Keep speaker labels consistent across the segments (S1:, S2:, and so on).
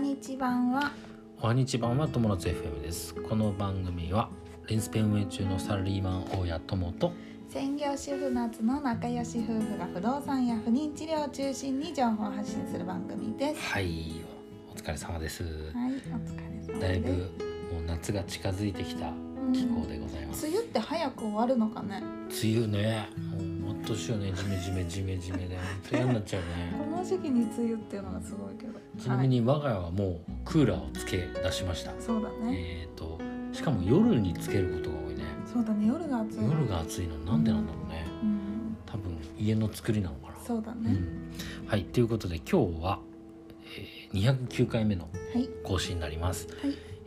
S1: 日版は
S2: おはにちばんは友達 FM ですこの番組はレンスペン運営中のサラリーマン大家友と
S1: 専業主婦夏の仲良し夫婦が不動産や不妊治療を中心に情報を発信する番組です。
S2: はいお疲れ様です
S1: はい、お疲れ様です。
S2: だいぶもう夏が近づいてきた気候でございます、
S1: 梅雨って早く終わるのかね。
S2: 梅雨ねもうもっとしよねジメジメジメジメで本当嫌になっちゃう
S1: こ
S2: ね
S1: の時期に梅雨っていうのがすごいけど。
S2: ちなみに我が家はもうクーラーをつけ出しました
S1: はい、そうだね。
S2: えーとしかも夜につけることが多いね
S1: そうだね。夜が暑い。
S2: 夜が暑いのなんでなんだろうね
S1: うん。
S2: 多分家の作りなのかな
S1: そうだ
S2: う
S1: ね。
S2: ん、はいということで今日は、えー、209回目の
S1: はい
S2: 更新になります、
S1: はい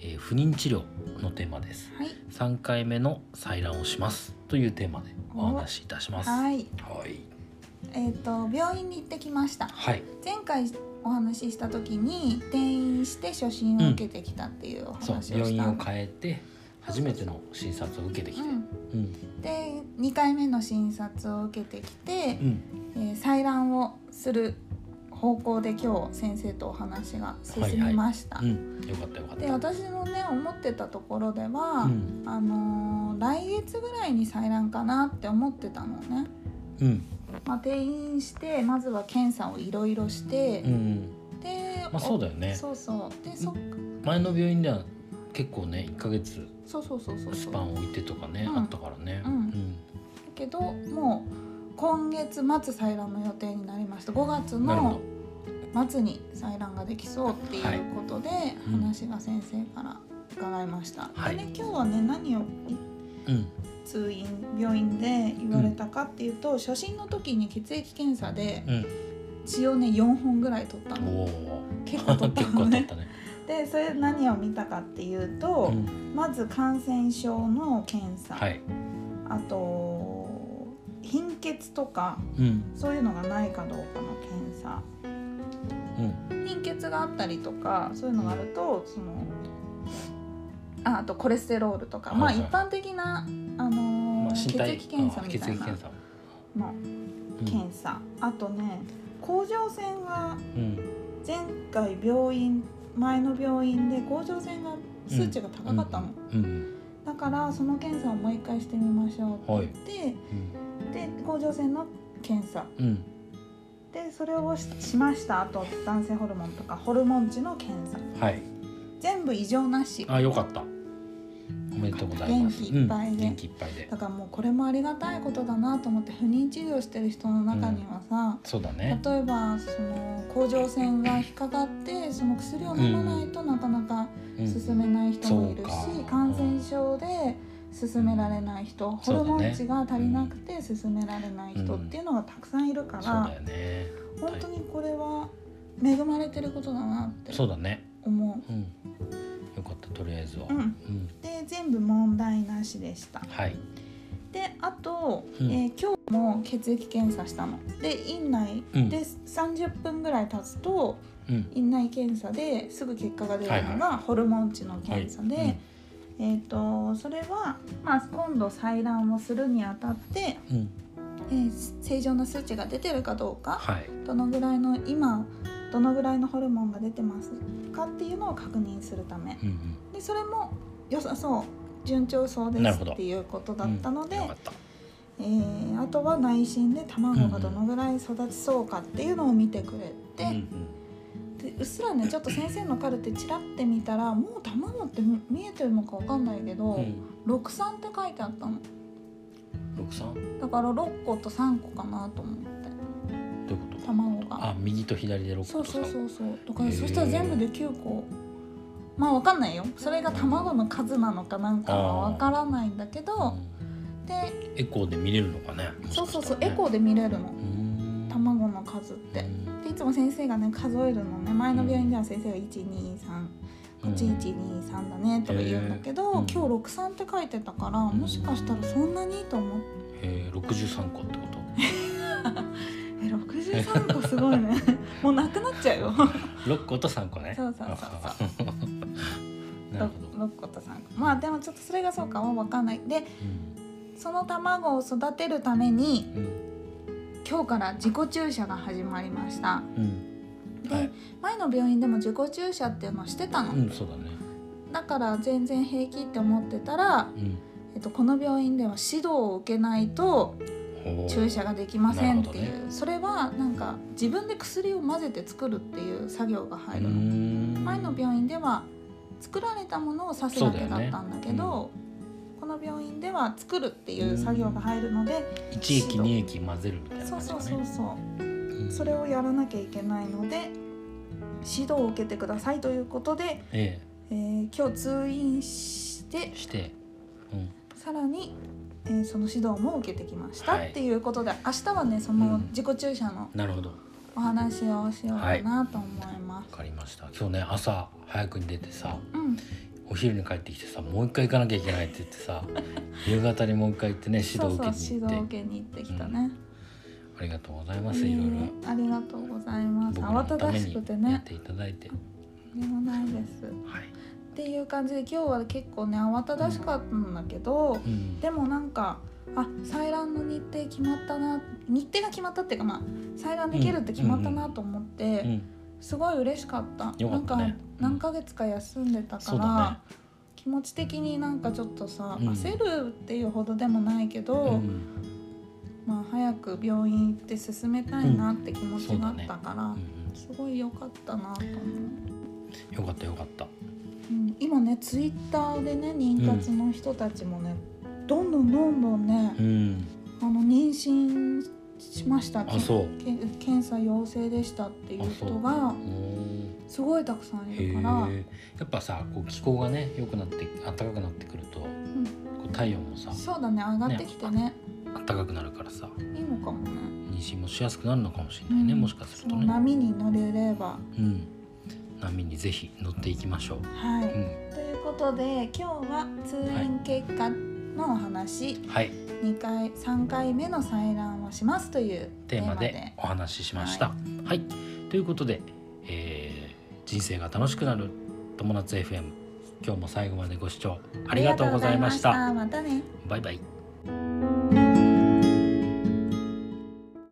S2: えー不妊治療のテーマです
S1: はい
S2: 3回目の採卵をしますというテーマでお話しいたしますは
S1: はい。
S2: い
S1: えっ、と病院に行ってきました。
S2: はい
S1: 前回お話しした時に転院して初診を受けてきたっていうお
S2: そう
S1: 話を
S2: 病
S1: し
S2: 院
S1: た
S2: を
S1: の。
S2: 変えて初めての診察を受けてき
S1: う
S2: て
S1: ん。
S2: うん
S1: で2回目の診察を受けてきて
S2: う、ん
S1: えー採卵をする方向で今日先生とお話が進みました。
S2: うんよかったよかっ
S1: で
S2: た
S1: 私のね思ってたところでは、
S2: うん
S1: あのー来月ぐらいに採卵かなって思ってたのね。
S2: うん
S1: まあ、転院してまずは検査をいろいろして、
S2: うん
S1: で、
S2: まあそうだよ
S1: お
S2: ね
S1: そうそうでそっ
S2: 前の病院では結構ね1ヶ月
S1: そうそうそうそう
S2: ス
S1: そう
S2: パンを置いてとかね、
S1: うん
S2: あったからね
S1: うんだけどもう今月末採卵の予定になりました5月
S2: なるほ
S1: の
S2: ど
S1: 末に採卵ができそうっていうことで
S2: うん
S1: 話が先生から伺いました、
S2: はい
S1: でね今日はね何を
S2: うん
S1: 通院病院で言われたかっていうと、初診の時に血液検査で
S2: うん
S1: 血をね4本ぐらい取ったの
S2: おお
S1: 結構取った
S2: 結
S1: の
S2: 構経っ
S1: ね
S2: たね。
S1: でそれ何を見たかっていう
S2: う
S1: と、
S2: ん、
S1: まず感染症の検査、
S2: はい。
S1: あと貧血とか
S2: うん、
S1: そういうのがないかどうかの検査
S2: うん、
S1: 貧血があったりとかそういうのがあるとそのああとコレステロールとか、
S2: はいはい
S1: まあ一般的な、あのー
S2: まあ、身
S1: 血
S2: 体
S1: 液検査
S2: あ
S1: みたいな
S2: 血液検査。
S1: の検査、あとね甲状腺が
S2: うん、うん、
S1: 前回病院前の病院で甲状腺が数値が高かったの、
S2: うん、
S1: だからその検査をもう一回してみましょうって言って、
S2: うん、
S1: で甲状腺の検査
S2: うん、
S1: でそれをししましたあと男性ホルモンとかホルモン値の検査
S2: うん、はい。
S1: 全部異常なし
S2: あ、よかった。おめでとうございます。
S1: 元気いっぱいで
S2: うん、元気いっぱいで
S1: だ。からもうこれもありがたいことだなと思って不妊治療してる人の中にはさ、
S2: そうだね。
S1: 例えばその甲状腺が引っかかってその薬を飲まないとなかなか
S2: うん、
S1: 進めない人もいるし、
S2: そうか
S1: 感染症で進められない人、ホルモン値が足りなくて進められない人っていうのがたくさんいるか
S2: そう
S1: ら
S2: だ、よね。
S1: 本当にこれは恵まれてることだなって
S2: そうだね。
S1: 思
S2: うん。よかった、とりあえずは。
S1: う。うん、
S2: うん、
S1: で全部問題なしでした。
S2: はい。
S1: であと、
S2: うん
S1: えー今日も血液検査したの。で院内
S2: うん
S1: で30分ぐらい経つと、
S2: うん。
S1: 院内検査ですぐ結果が出るの
S2: はいは
S1: がホルモン値の検査で、
S2: はい
S1: えー、とそれは、まあ、今度採卵をするにあたって、
S2: うん、うん、
S1: えー正常な数値が出てるかどうか
S2: はい。
S1: どのぐらいの今どのぐらいのホルモンが出てますかっていうのを確認するため
S2: うん、うん。
S1: でそれも良さそう順調そうで
S2: なる
S1: す
S2: ほど
S1: っていうことだったので、
S2: うんよかった。
S1: えーあとは内心で卵がどのぐらい育ちそうかっていうのを見てくれて、
S2: うん、
S1: でうっすらねちょっと先生のカルテチラって見たらもう卵って見えてるのかわかんないけ
S2: う
S1: ど、
S2: ん。
S1: 六三63って書いてあったの
S2: 六三。ど
S1: だから6個と3個かなと思って
S2: ういうこと。
S1: 卵が
S2: あ、右と左で六
S1: そ
S2: 個
S1: う
S2: と
S1: そう
S2: 三
S1: そうそうだから
S2: へー
S1: そしたら全部で9個まあわかんないよそれが卵の数なのかなんかはわからないんだけ
S2: 個。
S1: ど
S2: うん
S1: で
S2: エコーで見れるのかね。
S1: そうそうそうエコーで見れるの
S2: ー。うーん。
S1: 卵の数って
S2: う。ん
S1: でいつも先生がね数えるのね前の病院では先生が123こっち
S2: うん
S1: 123だねとか言うんだけど、
S2: へーうん
S1: 今日63って書いてたからもしかしたらそんなにと思って
S2: えー、63個っ てこと
S1: え63個すごいね もうなくなっちゃうよ
S2: 6個と3個ね
S1: そうそうそう
S2: そう なるほど、
S1: 6個と3個まあでもちょっとそれがそうかは分かんないでその卵を育てるために
S2: うん
S1: 今日から自己注射が始まりました
S2: うん
S1: で、
S2: はい
S1: 前の病院でも自己注射っていうのをしてたの、
S2: うんそうだね
S1: だから全然平気って思ってたら、
S2: うん
S1: えっと、この病院では指導を受けないと
S2: ほう
S1: 注射ができませんって
S2: なる
S1: い
S2: ほ
S1: う、それはなんか自分で薬を混ぜて作るっていう作業が入
S2: うー
S1: るの、
S2: ん
S1: 前の病院では作られたものを指すだけだったんだけ
S2: そうだよ
S1: どこの病院では作るっていう作業が入るので、
S2: 一液二液混ぜるみたいな
S1: そ
S2: 感
S1: う
S2: じ
S1: そ
S2: だ
S1: う
S2: ね
S1: そうそう
S2: うん
S1: それをやらなきゃいけないので指導を受けてくださいということで、
S2: え
S1: えー今日通院して
S2: えしてうん
S1: さらに、えーその指導も受けてきました、
S2: はい
S1: っていうことで明日はねそうの
S2: ん
S1: 自己注射の
S2: なるほどわ
S1: お話をしようかなと思います。
S2: かりました今日ね朝早くに出てさ
S1: うん、
S2: お昼に帰ってきてさもう一回行かなきゃいけないって言ってさ夕方にもう一回行ってね指
S1: そう
S2: 導
S1: そう
S2: 受け
S1: 指導
S2: に行って
S1: 受けに行ってきたね。
S2: ありがとうございますいろい
S1: いえいえありがとうございます。
S2: ろ僕ら
S1: 慌
S2: の
S1: た
S2: た
S1: だ
S2: め
S1: し
S2: に
S1: くて
S2: やっ
S1: ね。
S2: ていただいて
S1: でもないです。っ
S2: はい
S1: ていう感じで今日は結構ね慌ただしかったんだけど、
S2: うん
S1: でもなんかあ採卵の日程決まったな日程が決まったっていうかまあ採卵できるって決まったなと思って、
S2: うん
S1: すごい嬉しかった
S2: よかったね
S1: なんか何
S2: うん
S1: ヶ月か休んでたか
S2: そう
S1: ら、
S2: だ
S1: 気持ち的になんかちょっとさ、
S2: うん
S1: 焦るっていうほどでもないけど、
S2: ねうん
S1: まあ、早く病院行って進めたいなって気持ちがあったから、
S2: うんうん
S1: すごい良かったなと思う、
S2: よかったよかった
S1: うん、今ねツイッターでね妊活の人たちもね、どんどんどんどんね、
S2: うん
S1: あの妊娠しました
S2: あそう
S1: け検査陽性でしたっていう人が
S2: うん
S1: すごいたくさんい
S2: へ
S1: るか
S2: え
S1: ら、
S2: やっぱさこう気候がね良くなって暖かくなってくるとこ
S1: ん
S2: う体温もさ
S1: そうだね上がってきてね
S2: 暖かくなるからさ
S1: いいのかもね
S2: 妊娠もしやすくなるのかもしれないね
S1: うん
S2: もしかす
S1: そ
S2: ると
S1: の
S2: ね
S1: 波に乗れれば
S2: うん波にぜひ乗っていきましょう
S1: はい、
S2: うん
S1: ということで今日は通院結果のお話、
S2: はい
S1: 2回3回目の採卵をしますという
S2: テーマでお話ししました。はい、ということで、えー人生が楽しくなる友達 FM 今日も最後までご視聴ありがとうございました。
S1: ありがとうございましたまたね
S2: バイバイ。